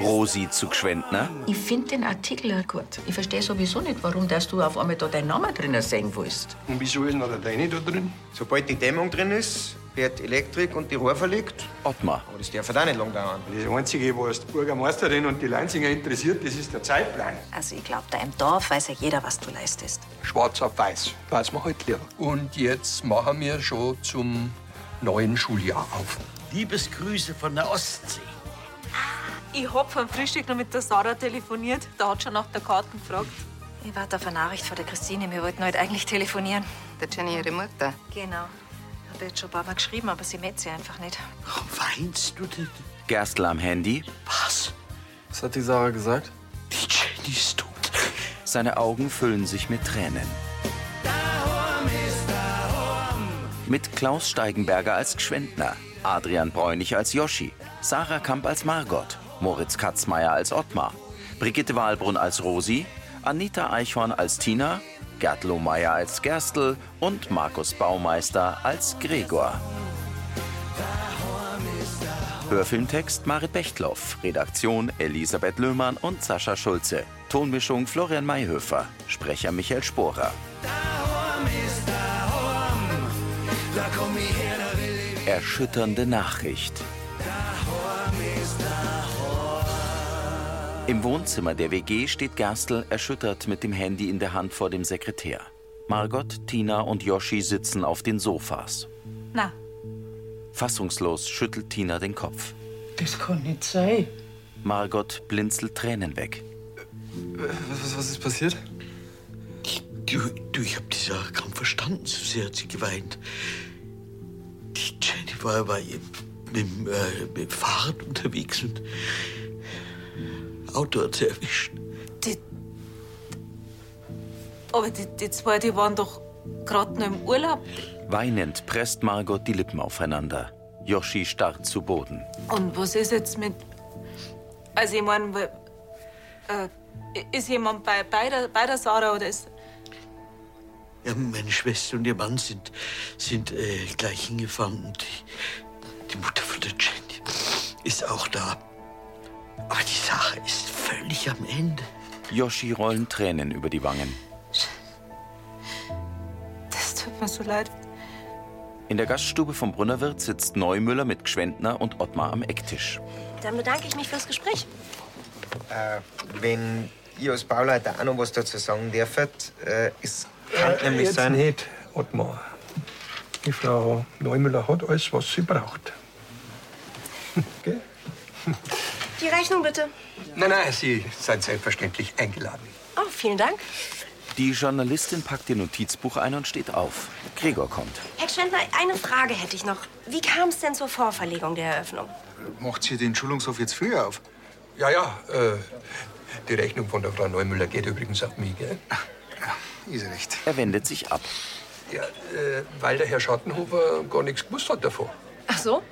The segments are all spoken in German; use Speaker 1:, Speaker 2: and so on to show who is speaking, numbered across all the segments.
Speaker 1: Rosi Zugschwendner?
Speaker 2: Ich finde den Artikel ja gut. Ich verstehe sowieso nicht, warum dass du auf einmal da deinen Namen drinnen sehen willst.
Speaker 3: Und wieso ist noch der deine da drin?
Speaker 4: Sobald die Dämmung drin ist, wird Elektrik und die Rohr verlegt.
Speaker 1: Ottmar.
Speaker 4: Aber das darf ja auch nicht lang dauern.
Speaker 3: Das Einzige, was die Bürgermeisterin und die Leinzinger interessiert, das ist der Zeitplan.
Speaker 5: Also ich glaube, da im Dorf weiß ja jeder, was du leistest.
Speaker 3: Schwarz auf weiß. Weiß man halt lieber.
Speaker 6: Und jetzt machen wir schon zum neuen Schuljahr auf.
Speaker 7: Liebesgrüße von der Ostsee.
Speaker 8: Ich hab vom Frühstück noch mit der Sarah telefoniert. Da hat schon nach der Karte gefragt.
Speaker 5: Ich warte auf eine Nachricht von der Christine. Wir wollten heute eigentlich telefonieren.
Speaker 9: Der Jenny, ihre Mutter.
Speaker 5: Genau. Ich habe jetzt schon ein paar Mal geschrieben, aber sie meldet sie einfach nicht.
Speaker 7: Warum weinst du denn?
Speaker 1: Gerstl am Handy.
Speaker 7: Was?
Speaker 10: Was hat die Sarah gesagt?
Speaker 7: Die Jenny ist tot.
Speaker 1: Seine Augen füllen sich mit Tränen. Mit Klaus Steigenberger als Gschwendner, Adrian Bräunig als Joschi, Sarah Kamp als Margot, Moritz Katzmeier als Ottmar, Brigitte Wahlbrunn als Rosi, Anita Eichhorn als Tina, Gerd Lohmeier als Gerstl und Markus Baumeister als Gregor. Hörfilmtext Marit Bechtloff, Redaktion Elisabeth Löhmann und Sascha Schulze, Tonmischung Florian Mayhöfer, Sprecher Michael Sporer. Erschütternde Nachricht. Im Wohnzimmer der WG steht Gerstl erschüttert mit dem Handy in der Hand vor dem Sekretär. Margot, Tina und Yoshi sitzen auf den Sofas.
Speaker 8: Na,
Speaker 1: Fassungslos schüttelt Tina den Kopf.
Speaker 11: Das kann nicht sein.
Speaker 1: Margot blinzelt Tränen weg.
Speaker 10: Äh, Was, was ist passiert?
Speaker 7: Du, du ich hab die Sache kaum verstanden. So sehr hat sie geweint. Die Jenny war bei ihr mit, dem, äh, mit dem Fahrrad unterwegs und Auto hat sie erwischt.
Speaker 8: aber die, die zwei, die waren doch gerade noch im Urlaub.
Speaker 1: Weinend presst Margot die Lippen aufeinander. Yoshi starrt zu Boden.
Speaker 8: Und was ist jetzt mit. Also, ich meine, wo- äh, ist jemand bei, bei, der, bei der Sarah oder ist.
Speaker 7: Ja, meine Schwester und ihr Mann sind, sind äh, gleich hingefahren und die, die Mutter von der Jenny ist auch da. Aber die Sache ist völlig am Ende.
Speaker 1: Yoshi rollen Tränen über die Wangen.
Speaker 8: Das tut mir so leid.
Speaker 1: In der Gaststube vom Brunnerwirt sitzt Neumüller mit Gschwendner und Ottmar am Ecktisch.
Speaker 5: Dann bedanke ich mich fürs Gespräch.
Speaker 4: Äh, wenn ihr als Bauleiter auch noch was dazu sagen dürft, äh, es kann nämlich
Speaker 3: jetzt
Speaker 4: sein.
Speaker 3: nicht, Ottmar. Die Frau Neumüller hat alles, was sie braucht. Gell?
Speaker 5: Die Rechnung bitte.
Speaker 3: Nein, nein, Sie seid selbstverständlich eingeladen.
Speaker 5: Oh, vielen Dank.
Speaker 1: Die Journalistin packt ihr Notizbuch ein und steht auf. Gregor kommt.
Speaker 5: Herr Schwendner, eine Frage hätte ich noch. Wie kam es denn zur Vorverlegung der Eröffnung?
Speaker 6: Macht sie den Schulungshof jetzt früher auf?
Speaker 3: Ja, ja, äh, die Rechnung von der Frau Neumüller geht übrigens auf mich, gell?
Speaker 6: Ist recht.
Speaker 1: Er wendet sich ab.
Speaker 3: Ja, äh, weil der Herr Schattenhofer gar nichts gewusst hat davon.
Speaker 5: Ach so?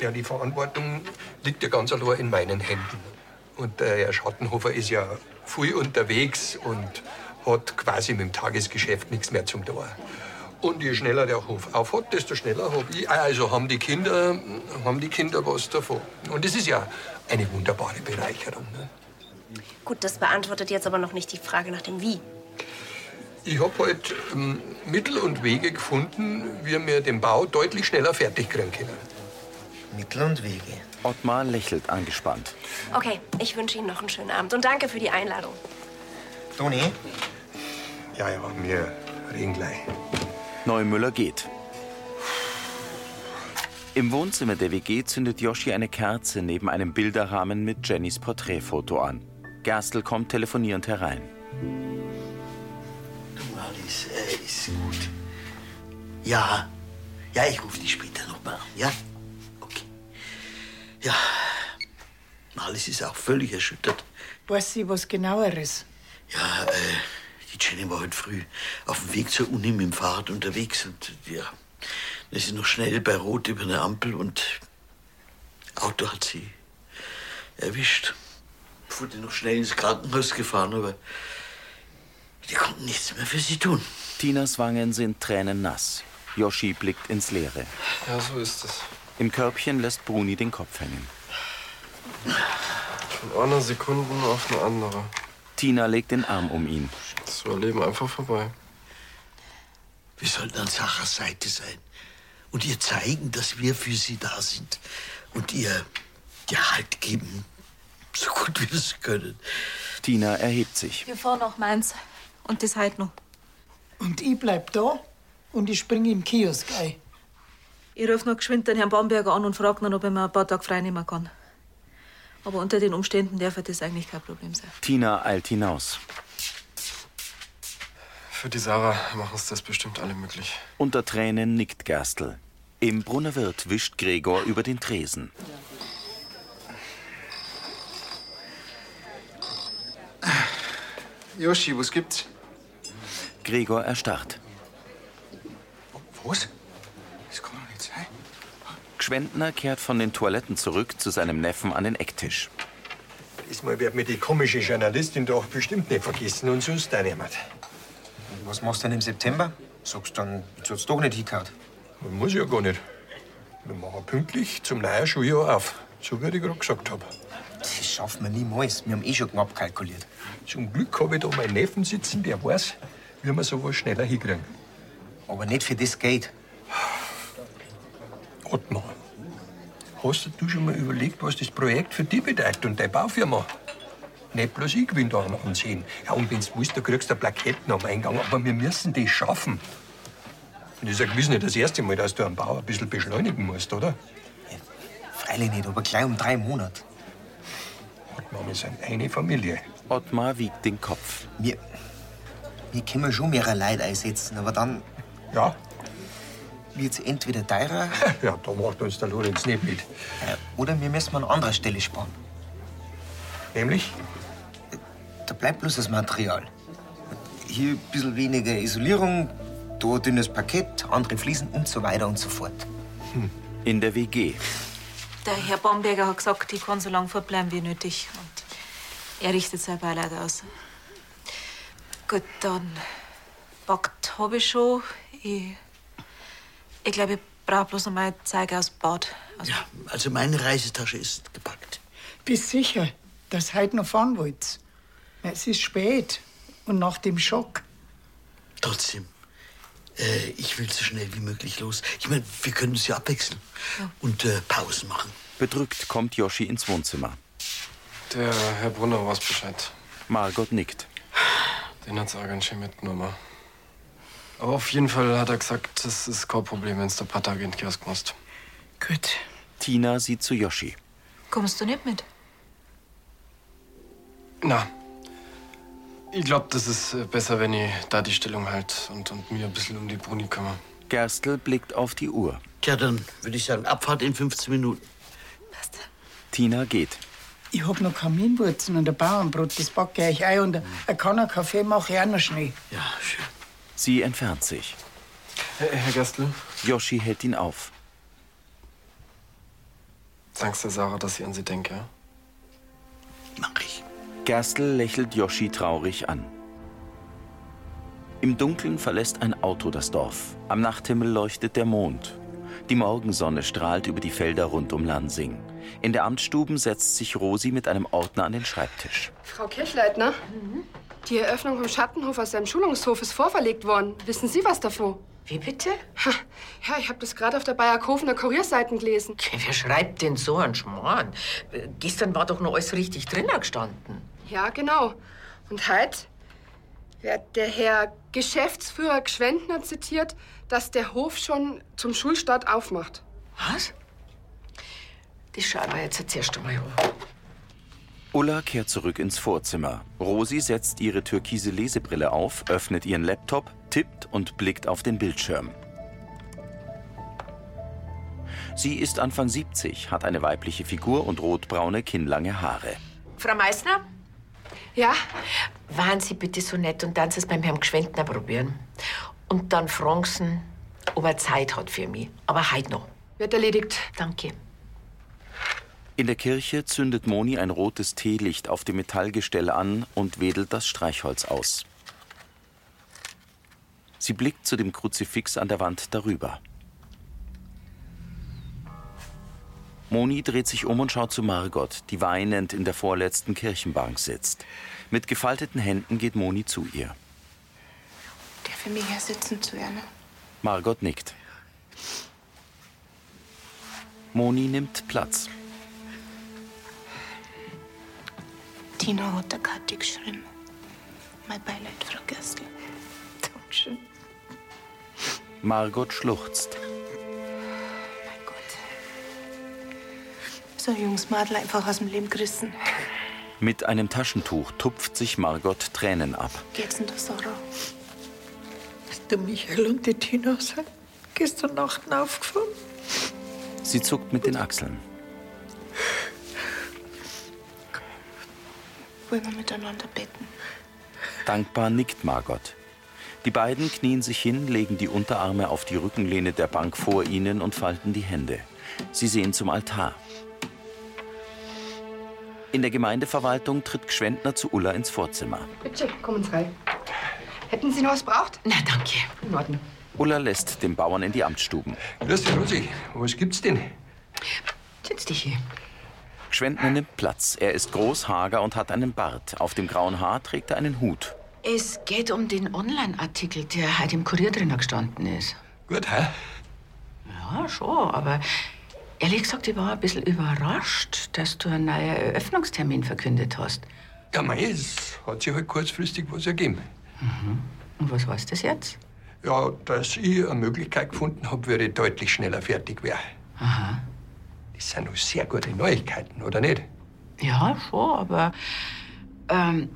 Speaker 3: Ja, die Verantwortung liegt ja ganz allein in meinen Händen. Und der Herr Schattenhofer ist ja viel unterwegs und hat quasi mit dem Tagesgeschäft nichts mehr zum Tor. Und je schneller der Hof aufhat, desto schneller hab ich, also haben die Kinder, haben die Kinder was davon. Und das ist ja eine wunderbare Bereicherung. Ne?
Speaker 5: Gut, das beantwortet jetzt aber noch nicht die Frage nach dem Wie.
Speaker 3: Ich habe heute ähm, Mittel und Wege gefunden, wie wir den Bau deutlich schneller fertig kriegen können.
Speaker 4: Mittel und Wege.
Speaker 1: Ottmar lächelt angespannt.
Speaker 5: Okay, ich wünsche Ihnen noch einen schönen Abend und danke für die Einladung.
Speaker 4: Toni,
Speaker 3: Ja, ja, wir reden gleich.
Speaker 1: Neumüller geht. Im Wohnzimmer der WG zündet Yoshi eine Kerze neben einem Bilderrahmen mit Jennys Porträtfoto an. Gerstl kommt telefonierend herein.
Speaker 7: Du, Alice, äh, ist gut. Ja. Ja, ich rufe dich später nochmal an, ja? Okay. Ja. Alice ist auch völlig erschüttert.
Speaker 11: Weiß sie was genaueres?
Speaker 7: Ja, äh, die Jenny war heute früh auf dem Weg zur Uni mit dem Fahrrad unterwegs und ja, dann ist sie noch schnell bei Rot über eine Ampel und Auto hat sie erwischt. Wurde noch schnell ins Krankenhaus gefahren, aber die konnten nichts mehr für sie tun.
Speaker 1: Tinas Wangen sind tränennass. Yoshi blickt ins Leere.
Speaker 10: Ja, so ist es.
Speaker 1: Im Körbchen lässt Bruni den Kopf hängen.
Speaker 10: einer Sekunde auf eine andere.
Speaker 1: Tina legt den Arm um ihn.
Speaker 10: Das war Leben einfach vorbei.
Speaker 7: Wir sollten an Sarahs Seite sein und ihr zeigen, dass wir für sie da sind und ihr, ihr Halt geben, so gut wir es können.
Speaker 1: Tina erhebt sich.
Speaker 8: Wir fahren nach Mainz. Und das halt noch.
Speaker 11: Und ich bleib da und ich springe im Kiosk ein.
Speaker 8: Ich rufe noch geschwind den Herrn Bamberger an und frage ihn, ob er mir ein paar Tage frei nehmen kann. Aber unter den Umständen dürfte das eigentlich kein Problem sein.
Speaker 1: Tina eilt hinaus.
Speaker 10: Für die Sarah machen es das bestimmt alle möglich.
Speaker 1: Unter Tränen nickt Gerstl. Im Brunnerwirt wischt Gregor über den Tresen.
Speaker 6: Yoshi, was gibt's?
Speaker 1: Gregor erstarrt.
Speaker 6: Was? Das kann doch nicht sein.
Speaker 1: Gschwendner kehrt von den Toiletten zurück zu seinem Neffen an den Ecktisch.
Speaker 3: Diesmal wird mir die komische Journalistin doch bestimmt nicht vergessen und sonst auch niemand.
Speaker 4: Was machst du denn im September? Sagst dann, jetzt hat's doch nicht hingehauen.
Speaker 3: Man muss ja gar nicht. Wir machen pünktlich zum neuen Schuljahr auf. So wie ich gerade gesagt habe.
Speaker 4: Das schaffen wir niemals. Wir haben eh schon knapp kalkuliert.
Speaker 3: Zum Glück habe ich da meinen Neffen sitzen, der weiß, wie man sowas schneller hinkriegen.
Speaker 4: Aber nicht für das Geld.
Speaker 3: Ottmar, hast du schon mal überlegt, was das Projekt für dich bedeutet und deine Baufirma? Nicht bloß ich bin da am Ansehen. Ja, und wenn's willst, dann kriegst du ein Plakett am Eingang. Aber wir müssen das schaffen. Und das ist ja gewiss nicht das erste Mal, dass du am Bau ein bisschen beschleunigen musst, oder?
Speaker 4: Freilich nicht, aber gleich um drei Monate.
Speaker 3: Ottmar, wir sind eine Familie.
Speaker 1: Ottmar wiegt den Kopf.
Speaker 4: Wir, wir können schon mehrere Leute einsetzen, aber dann
Speaker 3: Ja,
Speaker 4: wird's entweder teurer
Speaker 3: ja, da macht uns der Lorenz nicht mit.
Speaker 4: äh, oder wir müssen an anderer Stelle sparen.
Speaker 3: Nämlich?
Speaker 4: Da bleibt bloß das Material. Hier ein bisschen weniger Isolierung, da dünnes Parkett, andere Fliesen und so weiter und so fort.
Speaker 1: Hm. In der WG.
Speaker 8: Der Herr Bamberger hat gesagt, ich kann so lange fortbleiben wie nötig. Und er richtet sein Beileid aus. Gut, dann. Backt habe ich schon. Ich, ich glaube, ich brauche bloß noch mal Zeug aus Bad. Also,
Speaker 7: Ja, also meine Reisetasche ist gepackt.
Speaker 11: Bist sicher, dass heute noch fahren wollt? Es ist spät und nach dem Schock.
Speaker 7: Trotzdem, äh, ich will so schnell wie möglich los. Ich meine, wir können uns ja abwechseln und äh, Pausen machen.
Speaker 1: Bedrückt kommt Yoshi ins Wohnzimmer.
Speaker 10: Der Herr Brunner weiß Bescheid.
Speaker 1: Margot nickt.
Speaker 10: Den hat's auch ganz schön mitgenommen. Aber auf jeden Fall hat er gesagt, das ist kein Problem, wenn's der paar Tage in den Kiosk musst.
Speaker 11: Gut.
Speaker 1: Tina sieht zu Yoshi.
Speaker 8: kommst du nicht mit?
Speaker 10: Na, ich glaub, das ist äh, besser, wenn ich da die Stellung halt und, und mir ein bisschen um die Bruni kümmere.
Speaker 1: Gerstl blickt auf die Uhr.
Speaker 7: Tja, dann würde ich sagen, Abfahrt in 15 Minuten.
Speaker 1: Tina geht.
Speaker 11: Ich hab noch Kaminwurzen und ein Bauernbrot, das backe ich ein. Und ein Kanner Kaffee mache ich auch noch schnell.
Speaker 7: Ja, schön.
Speaker 1: Sie entfernt sich.
Speaker 10: Herr, Herr Gerstl,
Speaker 1: Yoshi hält ihn auf.
Speaker 10: sagst der Sarah, dass ich an sie denke, ja?
Speaker 7: Mach ich.
Speaker 1: Gerstl lächelt Yoshi traurig an. Im Dunkeln verlässt ein Auto das Dorf. Am Nachthimmel leuchtet der Mond. Die Morgensonne strahlt über die Felder rund um Lansing. In der Amtsstuben setzt sich Rosi mit einem Ordner an den Schreibtisch.
Speaker 9: Frau Kirchleitner, die Eröffnung vom Schattenhof aus seinem Schulungshof ist vorverlegt worden. Wissen Sie was davon?
Speaker 2: Wie bitte?
Speaker 9: Ja, ich habe das gerade auf der Bayerkofener Kurierseiten gelesen.
Speaker 2: Wer schreibt denn so einen Schmarrn? Äh, Gestern war doch noch alles richtig drin gestanden.
Speaker 9: Ja, genau. Und halt wird der Herr Geschäftsführer Gschwendner zitiert, dass der Hof schon zum Schulstart aufmacht.
Speaker 2: Was? Das schauen wir jetzt zuerst einmal an.
Speaker 1: Ulla kehrt zurück ins Vorzimmer. Rosi setzt ihre türkise Lesebrille auf, öffnet ihren Laptop, tippt und blickt auf den Bildschirm. Sie ist Anfang 70, hat eine weibliche Figur und rotbraune, kinnlange Haare.
Speaker 2: Frau Meißner,
Speaker 9: Ja,
Speaker 2: waren Sie bitte so nett und dann Sie es beim Herrn Gschwendner probieren. Und dann fragen Sie, ihn, ob er Zeit hat für mich. Aber heute noch.
Speaker 9: wird erledigt.
Speaker 2: Danke.
Speaker 1: In der Kirche zündet Moni ein rotes Teelicht auf dem Metallgestell an und wedelt das Streichholz aus. Sie blickt zu dem Kruzifix an der Wand darüber. Moni dreht sich um und schaut zu Margot, die weinend in der vorletzten Kirchenbank sitzt. Mit gefalteten Händen geht Moni zu ihr.
Speaker 12: Der für mich hier sitzen zu ihr, ne?
Speaker 1: Margot nickt. Moni nimmt Platz.
Speaker 12: Tina hat der Kathi geschrieben. Mein Beileid, Frau Gerstl. Dankeschön.
Speaker 1: Margot schluchzt.
Speaker 12: So ein junges Mädel einfach aus dem Leben gerissen.
Speaker 1: Mit einem Taschentuch tupft sich Margot Tränen ab.
Speaker 12: Geht's denn da, Sarah?
Speaker 11: Dass Der Michael und die Tina sind gestern Nacht aufgefahren.
Speaker 1: Sie zuckt mit den Achseln.
Speaker 12: Wollen wir miteinander betten?
Speaker 1: Dankbar nickt Margot. Die beiden knien sich hin, legen die Unterarme auf die Rückenlehne der Bank vor ihnen und falten die Hände. Sie sehen zum Altar. In der Gemeindeverwaltung tritt Gschwendner zu Ulla ins Vorzimmer.
Speaker 9: Bitte, kommen Sie rein. Hätten Sie noch was braucht?
Speaker 2: Na, danke. In Ordnung.
Speaker 1: Ulla lässt den Bauern in die Amtsstuben.
Speaker 3: Grüß dich, Rosi. Was gibt's denn?
Speaker 2: Sitz dich hier.
Speaker 1: Gschwendner nimmt Platz. Er ist groß, hager und hat einen Bart. Auf dem grauen Haar trägt er einen Hut.
Speaker 2: Es geht um den Online-Artikel, der heute im Kurier drinnen gestanden ist.
Speaker 3: Gut, hä?
Speaker 2: Ja, schon, aber ehrlich gesagt, ich war ein bisschen überrascht, dass du einen neuen Eröffnungstermin verkündet hast.
Speaker 3: Ja, mei, es hat sich halt kurzfristig was ergeben.
Speaker 2: Und was heißt das jetzt?
Speaker 3: Ja, dass ich eine Möglichkeit gefunden habe, wäre ich deutlich schneller fertig wäre.
Speaker 2: Aha.
Speaker 3: Das sind noch sehr gute Neuigkeiten, oder nicht?
Speaker 2: Ja, schon, aber ähm,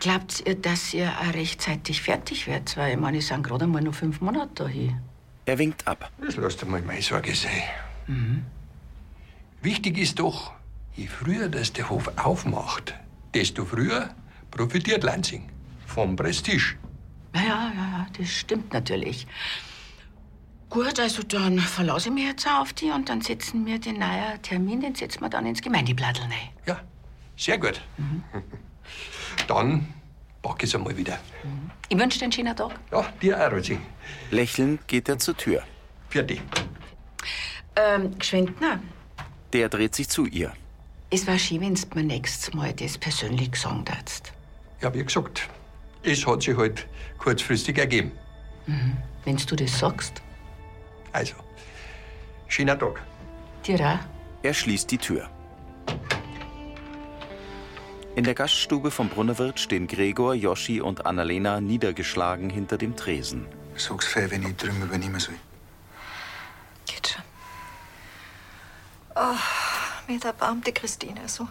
Speaker 2: glaubt ihr, dass ihr auch rechtzeitig fertig werdet? Weil ich meine, es sind gerade mal nur fünf Monate dahin.
Speaker 1: Er winkt ab.
Speaker 3: Das lasst einmal meine Sorge sein. Wichtig ist doch, je früher das der Hof aufmacht, desto früher profitiert Lansing vom Prestige.
Speaker 2: Ja, ja, ja, ja, das stimmt natürlich. Gut, also dann verlasse ich mich jetzt auch auf die und dann setzen wir den neuen Termin, den setzen wir dann ins Gemeindeblattl rein.
Speaker 3: Sehr gut.
Speaker 1: Mhm.
Speaker 3: Dann pack ich es einmal wieder.
Speaker 2: Ich wünsche dir einen schönen Tag.
Speaker 3: Ja, dir auch, Rosi.
Speaker 1: Lächelnd geht er zur Tür.
Speaker 3: Fertig.
Speaker 2: Ähm, Gschwendner,
Speaker 1: Der dreht sich zu ihr.
Speaker 2: es war schön, wenn du mir nächstes Mal das persönlich sagen darfst.
Speaker 3: Ja, wie gesagt, es hat sich halt kurzfristig ergeben.
Speaker 2: Mhm. Wenn du das sagst,
Speaker 3: Also, schöner Tag.
Speaker 2: dir auch.
Speaker 1: Er schließt die Tür. In der Gaststube vom Brunnerwirt stehen Gregor, Joschi und Annalena niedergeschlagen hinter dem Tresen.
Speaker 13: Sag's fair, wenn ich drüben übernehmen soll.
Speaker 12: Geht schon. Oh, mir erbarmt die Christine so.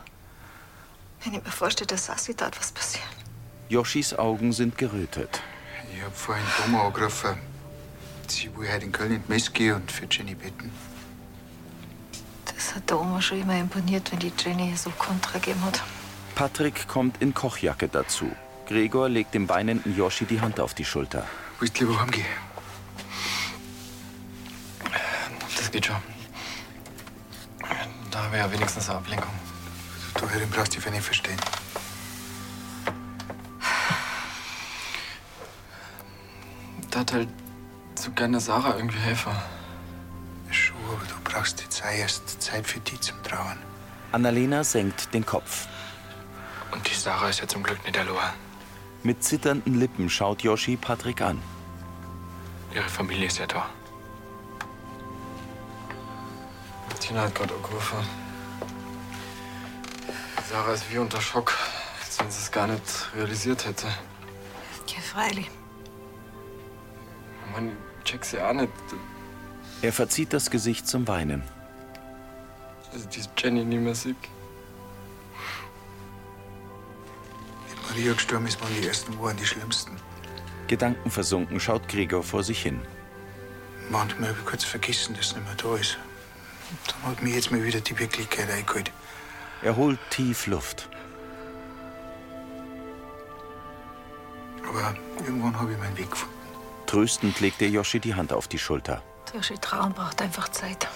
Speaker 12: Wenn ich mir vorstelle, dass Sassi da etwas passiert.
Speaker 1: Joschis Augen sind gerötet.
Speaker 13: Ich hab vorhin die Oma angerufen. Sie will heute in Köln in die Messe gehen und für Jenny beten.
Speaker 12: Das hat der Oma schon immer imponiert, wenn die Jenny ihr so Kontra gegeben hat.
Speaker 1: Patrick kommt in Kochjacke dazu. Gregor legt dem weinenden Joschi die Hand auf die Schulter.
Speaker 13: Willst lieber heimgehen?
Speaker 10: Das geht schon. Da wäre ja wenigstens eine Ablenkung.
Speaker 13: Du Herrin brauchst dich ja nicht verstehen.
Speaker 10: Da hat halt so gerne Sarah irgendwie Helfer.
Speaker 13: Schon, aber du brauchst jetzt auch erst Zeit für die zum Trauern.
Speaker 1: Annalena senkt den Kopf.
Speaker 10: Und die Sarah ist ja zum Glück nicht allein.
Speaker 1: Mit zitternden Lippen schaut Joschi Patrick an.
Speaker 10: Ihre Familie ist ja da. Tina hat gerade angerufen. Sarah ist wie unter Schock, als wenn sie es gar nicht realisiert hätte.
Speaker 12: Ja, freilich.
Speaker 10: Man checkt sie auch nicht.
Speaker 1: Er verzieht das Gesicht zum Weinen.
Speaker 10: dass Die Jenny nicht mehr sieht.
Speaker 13: Wenn Maria gestorben ist, waren die ersten Wochen die schlimmsten.
Speaker 1: Gedankenversunken schaut Gregor vor sich hin.
Speaker 13: Manchmal habe ich kurz vergessen, dass sie nicht mehr da ist. Und Dann hat mir jetzt mal wieder die Wirklichkeit eingeholt.
Speaker 1: Er holt tief Luft.
Speaker 13: Aber irgendwann habe ich meinen Weg gefunden.
Speaker 1: Tröstend legt er Joschi die Hand auf die Schulter.
Speaker 12: Die Joschi Traum braucht einfach Zeit.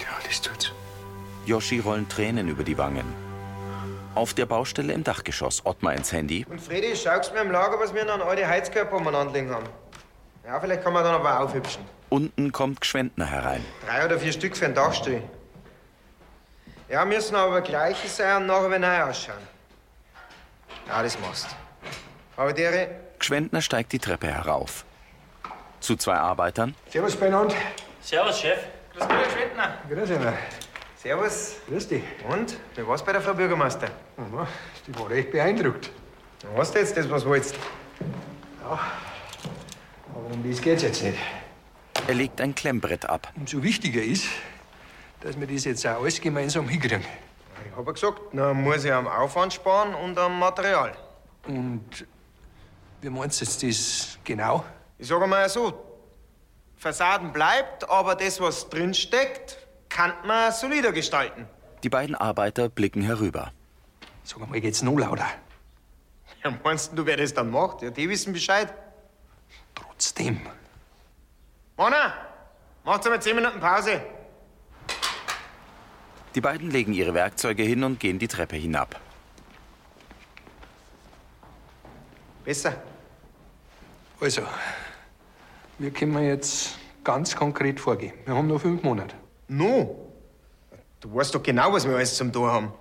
Speaker 13: Ja, das tut's.
Speaker 1: Joschi rollen Tränen über die Wangen. Auf der Baustelle im Dachgeschoss Ottmar ins Handy.
Speaker 14: Und Fredi, schaust mir im Lager, was wir noch an alte Heizkörper umeinander liegen haben. Ja, vielleicht kann man dann aber aufhübschen.
Speaker 1: Unten kommt Gschwendner herein.
Speaker 14: Drei oder vier Stück für den Dachstuhl. Ja, müssen aber gleiche sein und nachher wenn er ausschauen. Ja, das machst. Aber der.
Speaker 1: Gschwendner steigt die Treppe herauf. Zu zwei Arbeitern,
Speaker 15: Servus beieinander.
Speaker 14: Servus, Chef. Grüß dich, Herr Schwedner.
Speaker 15: Grüß euch.
Speaker 14: Servus.
Speaker 15: Grüß dich.
Speaker 14: Und? Wie war's bei der Frau Bürgermeister?
Speaker 15: Mhm, die war echt beeindruckt.
Speaker 14: Was du jetzt das, was wolltest?
Speaker 15: Aber um das geht's jetzt nicht.
Speaker 1: er legt ein Klemmbrett ab.
Speaker 3: Umso wichtiger ist, dass wir das jetzt auch alles gemeinsam hinkriegen.
Speaker 14: Ich hab ja gesagt, dann muss ich am Aufwand sparen und am Material.
Speaker 3: Und wie meinst du jetzt das genau?
Speaker 14: Ich sage mal so: Fassaden bleibt, aber das, was drin steckt, kann man solider gestalten.
Speaker 1: Die beiden Arbeiter blicken herüber.
Speaker 3: Sag mal, geht's noch lauter?
Speaker 14: Ja, meinst du, wer das dann macht? Ja, die wissen Bescheid.
Speaker 3: Trotzdem.
Speaker 14: Mona, macht's einmal 10 Minuten Pause.
Speaker 1: Die beiden legen ihre Werkzeuge hin und gehen die Treppe hinab.
Speaker 14: Besser.
Speaker 3: Also, wir können jetzt ganz konkret vorgehen. Wir haben noch fünf Monate.
Speaker 14: No? Du weißt doch genau, was wir alles zum Tor haben.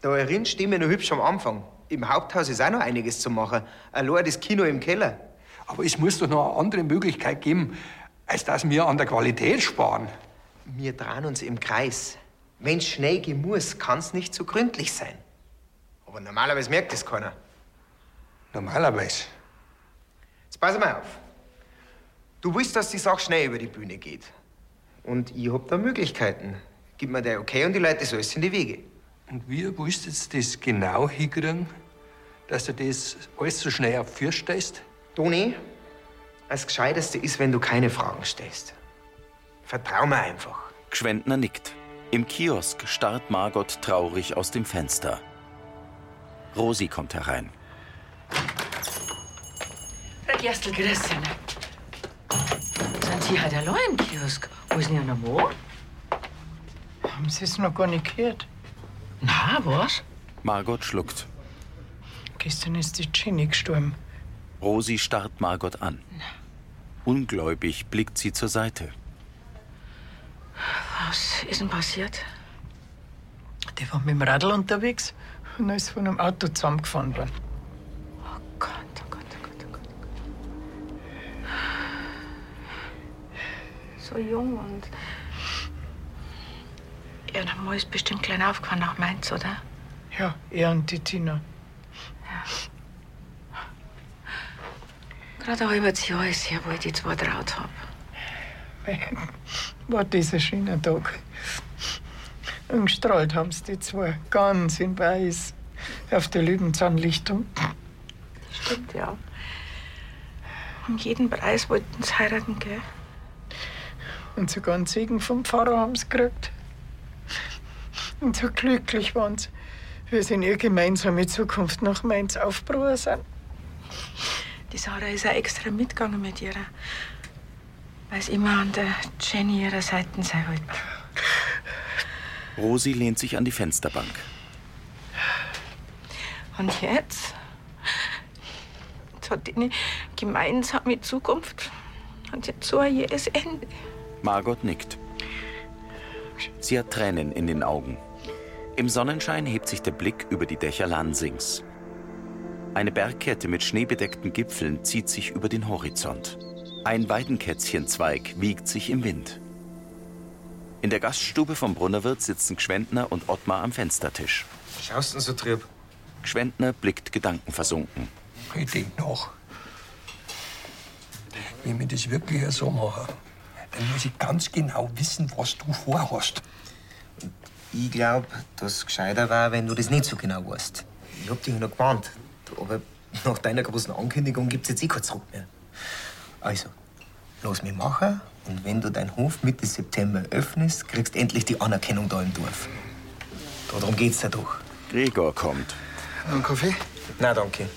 Speaker 14: Da drin stehen wir noch hübsch am Anfang. Im Haupthaus ist auch noch einiges zu machen. Allein das Kino im Keller.
Speaker 3: Aber es muss doch noch eine andere Möglichkeit geben, als dass wir an der Qualität sparen.
Speaker 14: Wir drehen uns im Kreis. Wenn's schnell gehen muss, kann's nicht so gründlich sein. Aber normalerweise merkt es keiner.
Speaker 3: Normalerweise.
Speaker 14: Jetzt pass mal auf. Du willst, dass die Sache schnell über die Bühne geht. Und ich hab da Möglichkeiten. Gib mir der okay und die Leute so alles in die Wege.
Speaker 3: Und wie willst du jetzt das genau hinkriegen, dass du das alles so schnell auf Fürst stellst?
Speaker 14: Toni, das Gescheiteste ist, wenn du keine Fragen stellst. Vertrau mir einfach.
Speaker 1: Gschwendner nickt. Im Kiosk starrt Margot traurig aus dem Fenster. Rosi kommt herein.
Speaker 2: Frau Gerstl, grüß Sie. Sind Sie heute halt allein im Kiosk? Wo ist denn Ihr Mann?
Speaker 11: Haben Sie es noch gar nicht gehört?
Speaker 2: Na, was?
Speaker 1: Margot schluckt.
Speaker 11: Gestern ist die Ginny gestorben.
Speaker 1: Rosi starrt Margot an. Ungläubig blickt sie zur Seite.
Speaker 2: Was ist denn passiert?
Speaker 11: Die war mit dem Radl unterwegs und dann ist von einem Auto zusammengefahren worden.
Speaker 2: So jung und. Ja, der Mann ist bestimmt klein aufgefahren nach Mainz, oder?
Speaker 11: Ja, er und die Tina.
Speaker 2: Gerade ein halbes Jahr ist her, wo ich die zwei traut hab.
Speaker 11: War dieser schöne Tag. Und gestrahlt haben sie die zwei, ganz in weiß, auf der Löwenzahnlichtung.
Speaker 2: Stimmt, ja. Um jeden Preis wollten sie heiraten, gell?
Speaker 11: Und sogar einen Segen vom Pfarrer haben sie gekriegt. Und so glücklich waren sie, wie sie in ihre gemeinsame Zukunft nach Mainz aufgebrochen sind.
Speaker 2: Die Sarah ist auch extra mitgegangen mit ihr. Weil sie immer an der Jenny ihrer Seite sein wollte.
Speaker 1: Rosi lehnt sich an die Fensterbank.
Speaker 2: Und jetzt? Jetzt hat die eine gemeinsame Zukunft. Und jetzt so ein jähes Ende.
Speaker 1: Margot nickt. Sie hat Tränen in den Augen. Im Sonnenschein hebt sich der Blick über die Dächer Lansings. Eine Bergkette mit schneebedeckten Gipfeln zieht sich über den Horizont. Ein Weidenkätzchenzweig wiegt sich im Wind. In der Gaststube vom Brunnerwirt sitzen Gschwendner und Ottmar am Fenstertisch.
Speaker 14: Schaust denn so trüb?
Speaker 1: Gschwendner blickt gedankenversunken.
Speaker 3: Ich denk noch. Wenn wir das wirklich so machen, dann muss ich ganz genau wissen, was du vorhast.
Speaker 4: Ich glaube, das gescheiter war, wenn du das nicht so genau weißt. Ich hab dich ja noch gewarnt. Aber nach deiner großen Ankündigung gibt's jetzt eh kein Zurück mehr. Also, lass mich machen. Und wenn du deinen Hof Mitte September öffnest, kriegst endlich die Anerkennung da im Dorf. Darum geht's ja doch.
Speaker 1: Gregor kommt.
Speaker 13: Einen Kaffee?
Speaker 4: Na, danke.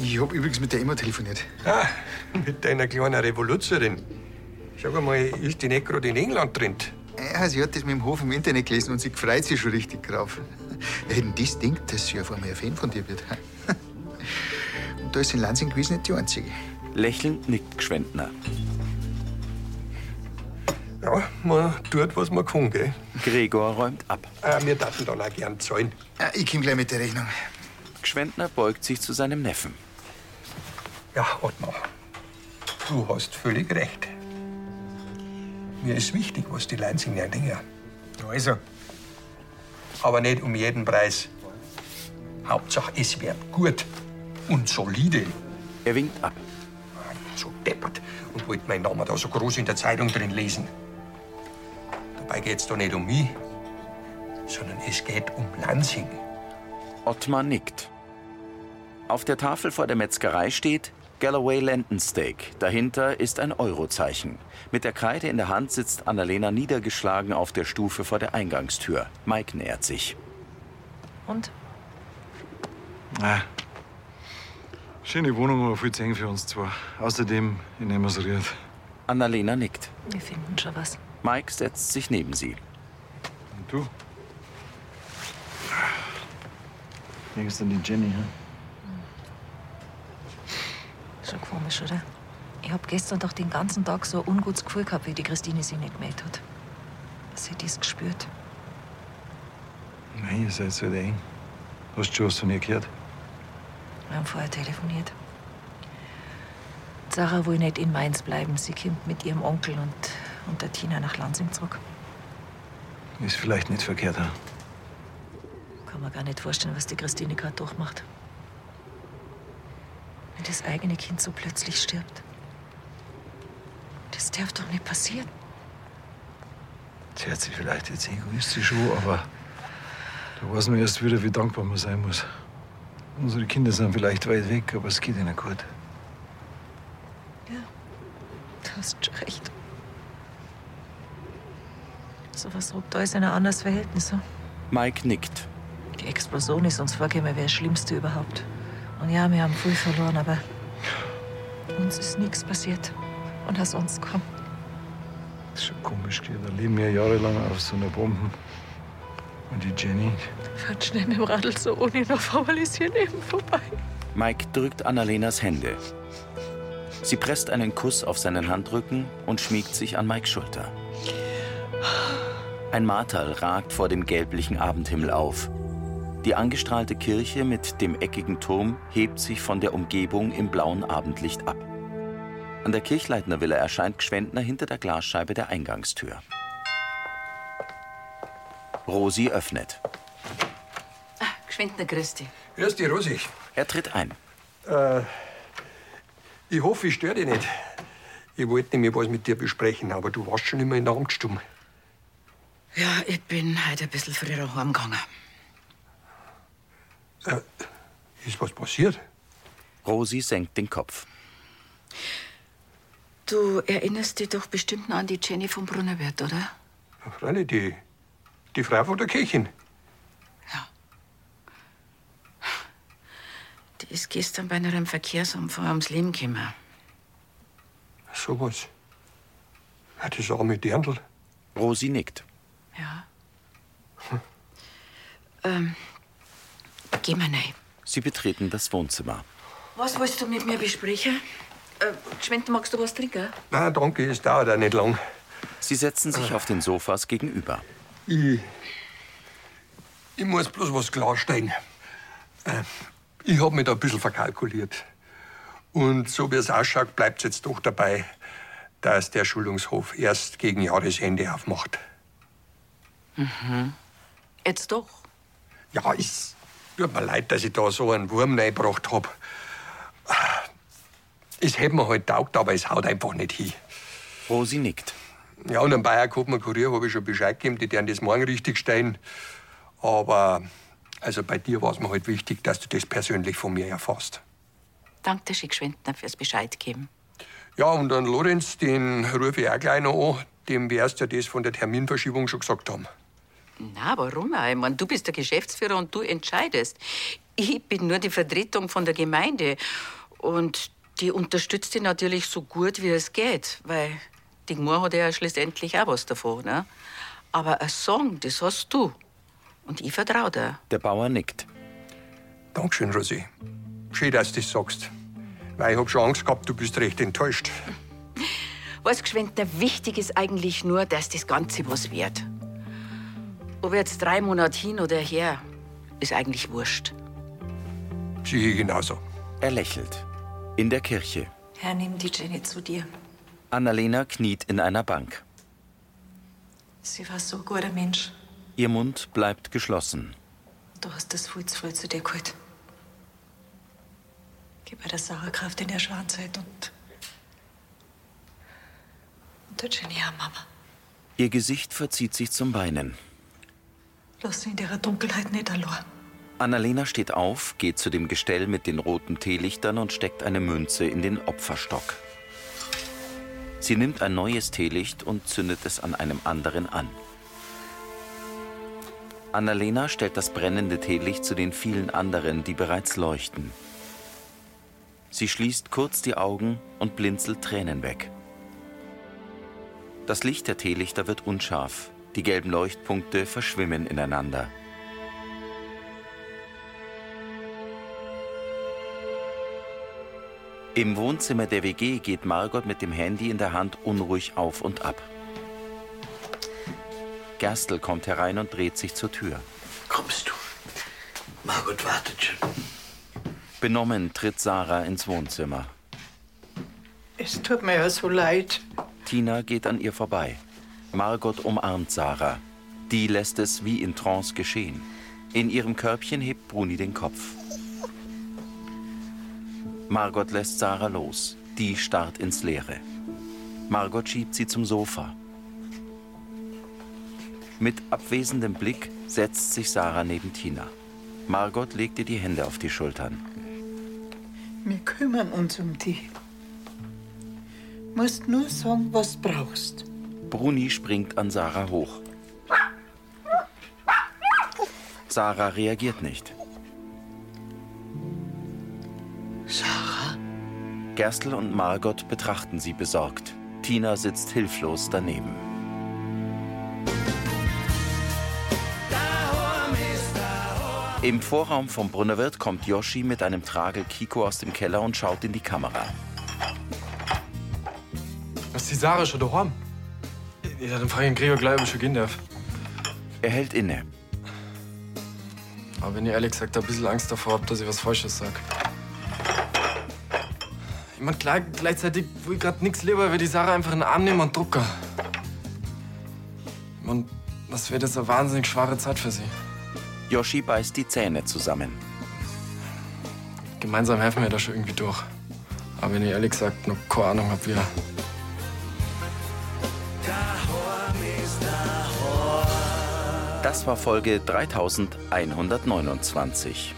Speaker 13: Ich hab übrigens mit der immer telefoniert.
Speaker 3: Ah, mit deiner kleinen Revolutionärin. Schau mal, ist die nicht gerade in England drin?
Speaker 13: Ja, sie hat das mit dem Hof im Internet gelesen und sie freut sich schon richtig drauf. Wir hätten das denkt, dass sie auf einmal ein Fan von dir wird. Und da ist in Lansing gewiss nicht die einzige.
Speaker 1: Lächelnd nickt Gschwendner.
Speaker 3: Ja, man tut, was man kann, gell?
Speaker 1: Gregor räumt ab.
Speaker 3: Äh, wir dürfen dann auch gern zahlen.
Speaker 13: ich komme gleich mit der Rechnung.
Speaker 1: Gschwendner beugt sich zu seinem Neffen.
Speaker 3: Ja, Ottmar, du hast völlig recht. Mir ist wichtig, was die Leinzinger denken.
Speaker 14: Also.
Speaker 3: Aber nicht um jeden Preis. Hauptsache, es wird gut und solide.
Speaker 1: Er winkt ab.
Speaker 3: So deppert und wollte meinen Namen da so groß in der Zeitung drin lesen. Dabei geht's da nicht um mich, sondern es geht um Lansing.
Speaker 1: Ottmar nickt. Auf der Tafel vor der Metzgerei steht Galloway Lendensteak. Dahinter ist ein Eurozeichen. Mit der Kreide in der Hand sitzt Annalena niedergeschlagen auf der Stufe vor der Eingangstür. Mike nähert sich.
Speaker 8: Und?
Speaker 10: Ah. Schöne Wohnung, aber viel zu eng für uns zwei. Außerdem, ich nehme es riert.
Speaker 1: Annalena nickt.
Speaker 8: Wir finden schon was.
Speaker 1: Mike setzt sich neben sie.
Speaker 10: Und du? Denkst an die Jenny, hm?
Speaker 16: Schon komisch, oder? Ich hab gestern doch den ganzen Tag so ein ungutes Gefühl gehabt, wie die Christine sich nicht gemeldet hat. Sie hat das gespürt.
Speaker 10: Nein, ihr seid so eng. Hast du schon was von ihr gehört?
Speaker 16: Wir haben vorher telefoniert. Sarah will nicht in Mainz bleiben. Sie kommt mit ihrem Onkel und, und der Tina nach Lansing zurück.
Speaker 10: Ist vielleicht nicht verkehrt, hm?
Speaker 16: Kann man gar nicht vorstellen, was die Christine gerade durchmacht. Wenn das eigene Kind so plötzlich stirbt. Das darf doch nicht passieren.
Speaker 10: Sie hört sich vielleicht jetzt egoistisch an, aber da weiß man erst wieder, wie dankbar man sein muss. Unsere Kinder sind vielleicht weit weg, aber es geht ihnen gut.
Speaker 16: Du hast schon recht. Sowas rückt alles in ein anderes Verhältnis. So.
Speaker 1: Mike nickt.
Speaker 16: Die Explosion ist uns vorgekommen wie das Schlimmste überhaupt. Und ja, wir haben viel verloren, aber uns ist nichts passiert. Und aus uns kommt.
Speaker 10: Das ist schon komisch, gell? da leben wir jahrelang auf so einer Bombe. Und die Jenny,
Speaker 16: Fahrt schnell mit dem Radl so ohne noch formalisieren eben vorbei.
Speaker 1: Mike drückt Annalenas Hände. Sie presst einen Kuss auf seinen Handrücken und schmiegt sich an Mikes Schulter. Ein Martal ragt vor dem gelblichen Abendhimmel auf. Die angestrahlte Kirche mit dem eckigen Turm hebt sich von der Umgebung im blauen Abendlicht ab. An der Kirchleitner Villa erscheint Gschwendner hinter der Glasscheibe der Eingangstür. Rosi öffnet.
Speaker 2: Geschwind, ne Christi.
Speaker 3: Grüß dich, Rosi.
Speaker 1: Er tritt ein.
Speaker 3: Äh, ich hoffe, ich störe dich nicht. Ich wollte nämlich was mit dir besprechen, aber du warst schon immer in der Amtsstube.
Speaker 2: Ja, ich bin heute ein bisschen früher heimgegangen.
Speaker 3: Äh, ist was passiert?
Speaker 1: Rosi senkt den Kopf.
Speaker 2: Du erinnerst dich doch bestimmt noch an die Jenny vom Brunnerwirt, oder?
Speaker 3: Freilich, die, die Frau von der Kirchin.
Speaker 2: Die ist gestern bei einem Verkehrsunfall ums Leben gekommen.
Speaker 3: So was. Ja, Das arme Dirndl.
Speaker 1: Rosi nickt.
Speaker 2: Ja. Hm. Ähm, geh mal rein.
Speaker 1: Sie betreten das Wohnzimmer.
Speaker 2: Was willst du mit mir besprechen? Äh, Geschwind, magst du was trinken?
Speaker 3: Nein, danke, es dauert auch nicht lang. Äh.
Speaker 1: Sie setzen sich auf den Sofas gegenüber.
Speaker 3: Ich, ich muss bloß was klarstellen. Äh, Ich hab mich da ein bisschen verkalkuliert. Und so wie es ausschaut, bleibt's jetzt doch dabei, dass der Schulungshof erst gegen Jahresende aufmacht.
Speaker 2: Mhm. Jetzt doch.
Speaker 3: Ja, es tut mir leid, dass ich da so einen Wurm reingebracht hab. Es hätte mir halt taugt, aber es haut einfach nicht hin.
Speaker 1: Rosi nickt.
Speaker 3: Ja, und am Bayer Kopenhagen Kurier habe ich schon Bescheid gegeben, die werden das morgen richtig stellen. Aber also bei dir war es mir halt wichtig, dass du das persönlich von mir erfährst.
Speaker 2: Dank der Schickschwindner fürs Bescheid geben.
Speaker 3: Ja, und dann Lorenz, den rufe ich auch gleich noch an. Dem wärst ja das von der Terminverschiebung schon gesagt haben.
Speaker 2: Na, warum auch? Ich mein, du bist der Geschäftsführer und du entscheidest. Ich bin nur die Vertretung von der Gemeinde. Und die unterstützt dich natürlich so gut, wie es geht. Weil die Gmur hat ja schlussendlich auch was davon. Ne? Aber ein Song, das hast du. Und ich vertraue dir.
Speaker 1: Der Bauer nickt.
Speaker 3: Dankeschön, Rosi. Schön, dass du das sagst. Weil ich hab schon Angst gehabt, du bist recht enttäuscht.
Speaker 2: Alles Geschwendner, wichtig ist eigentlich nur, dass das Ganze was wird. Ob jetzt drei Monate hin oder her, ist eigentlich wurscht.
Speaker 1: Sie genauso. Er lächelt. In der Kirche.
Speaker 8: Herr, nimm die Jenny zu dir.
Speaker 1: Annalena kniet in einer Bank.
Speaker 8: Sie war so ein guter Mensch.
Speaker 1: Ihr Mund bleibt geschlossen.
Speaker 8: Du hast das viel zu früh zu dir geholt. Gib ihr der Sarah Kraft in der Schwanzheit und. und der Jenny auch, Mama.
Speaker 1: Ihr Gesicht verzieht sich zum Weinen.
Speaker 8: Lass sie in ihrer Dunkelheit nicht allein.
Speaker 1: Annalena steht auf, geht zu dem Gestell mit den roten Teelichtern und steckt eine Münze in den Opferstock. Sie nimmt ein neues Teelicht und zündet es an einem anderen an. Annalena stellt das brennende Teelicht zu den vielen anderen, die bereits leuchten. Sie schließt kurz die Augen und blinzelt Tränen weg. Das Licht der Teelichter wird unscharf. Die gelben Leuchtpunkte verschwimmen ineinander. Im Wohnzimmer der WG geht Margot mit dem Handy in der Hand unruhig auf und ab. Gerstl kommt herein und dreht sich zur Tür.
Speaker 7: Kommst du? Margot wartet schon.
Speaker 1: Benommen tritt Sarah ins Wohnzimmer.
Speaker 11: Es tut mir ja so leid.
Speaker 1: Tina geht an ihr vorbei. Margot umarmt Sarah. Die lässt es wie in Trance geschehen. In ihrem Körbchen hebt Bruni den Kopf. Margot lässt Sarah los. Die starrt ins Leere. Margot schiebt sie zum Sofa. Mit abwesendem Blick setzt sich Sarah neben Tina. Margot legt ihr die Hände auf die Schultern.
Speaker 11: Wir kümmern uns um dich. Musst nur sagen, was brauchst.
Speaker 1: Bruni springt an Sarah hoch. Sarah reagiert nicht.
Speaker 7: Sarah?
Speaker 1: Gerstl und Margot betrachten sie besorgt. Tina sitzt hilflos daneben. Im Vorraum vom Brunnerwirt kommt Yoshi mit einem Tragel Kiko aus dem Keller und schaut in die Kamera.
Speaker 17: Was die Sarah schon daheim? Ja, dann frage ich den Gregor gleich, ob ich schon gehen darf.
Speaker 1: Er hält inne.
Speaker 17: Aber wenn ich ehrlich gesagt ein bisschen Angst davor habe, dass ich was Falsches sag. Ich mein, klar, gleichzeitig will ich grad nix lieber, wenn die Sarah einfach in den Arm nehmen und drucken. Ich mein, was wäre das eine wahnsinnig schwere Zeit für sie?
Speaker 1: Yoshi beißt die Zähne zusammen.
Speaker 17: Gemeinsam helfen wir da schon irgendwie durch. Aber wenn ich ehrlich gesagt noch keine Ahnung hab, wie.
Speaker 1: Das war Folge 3129.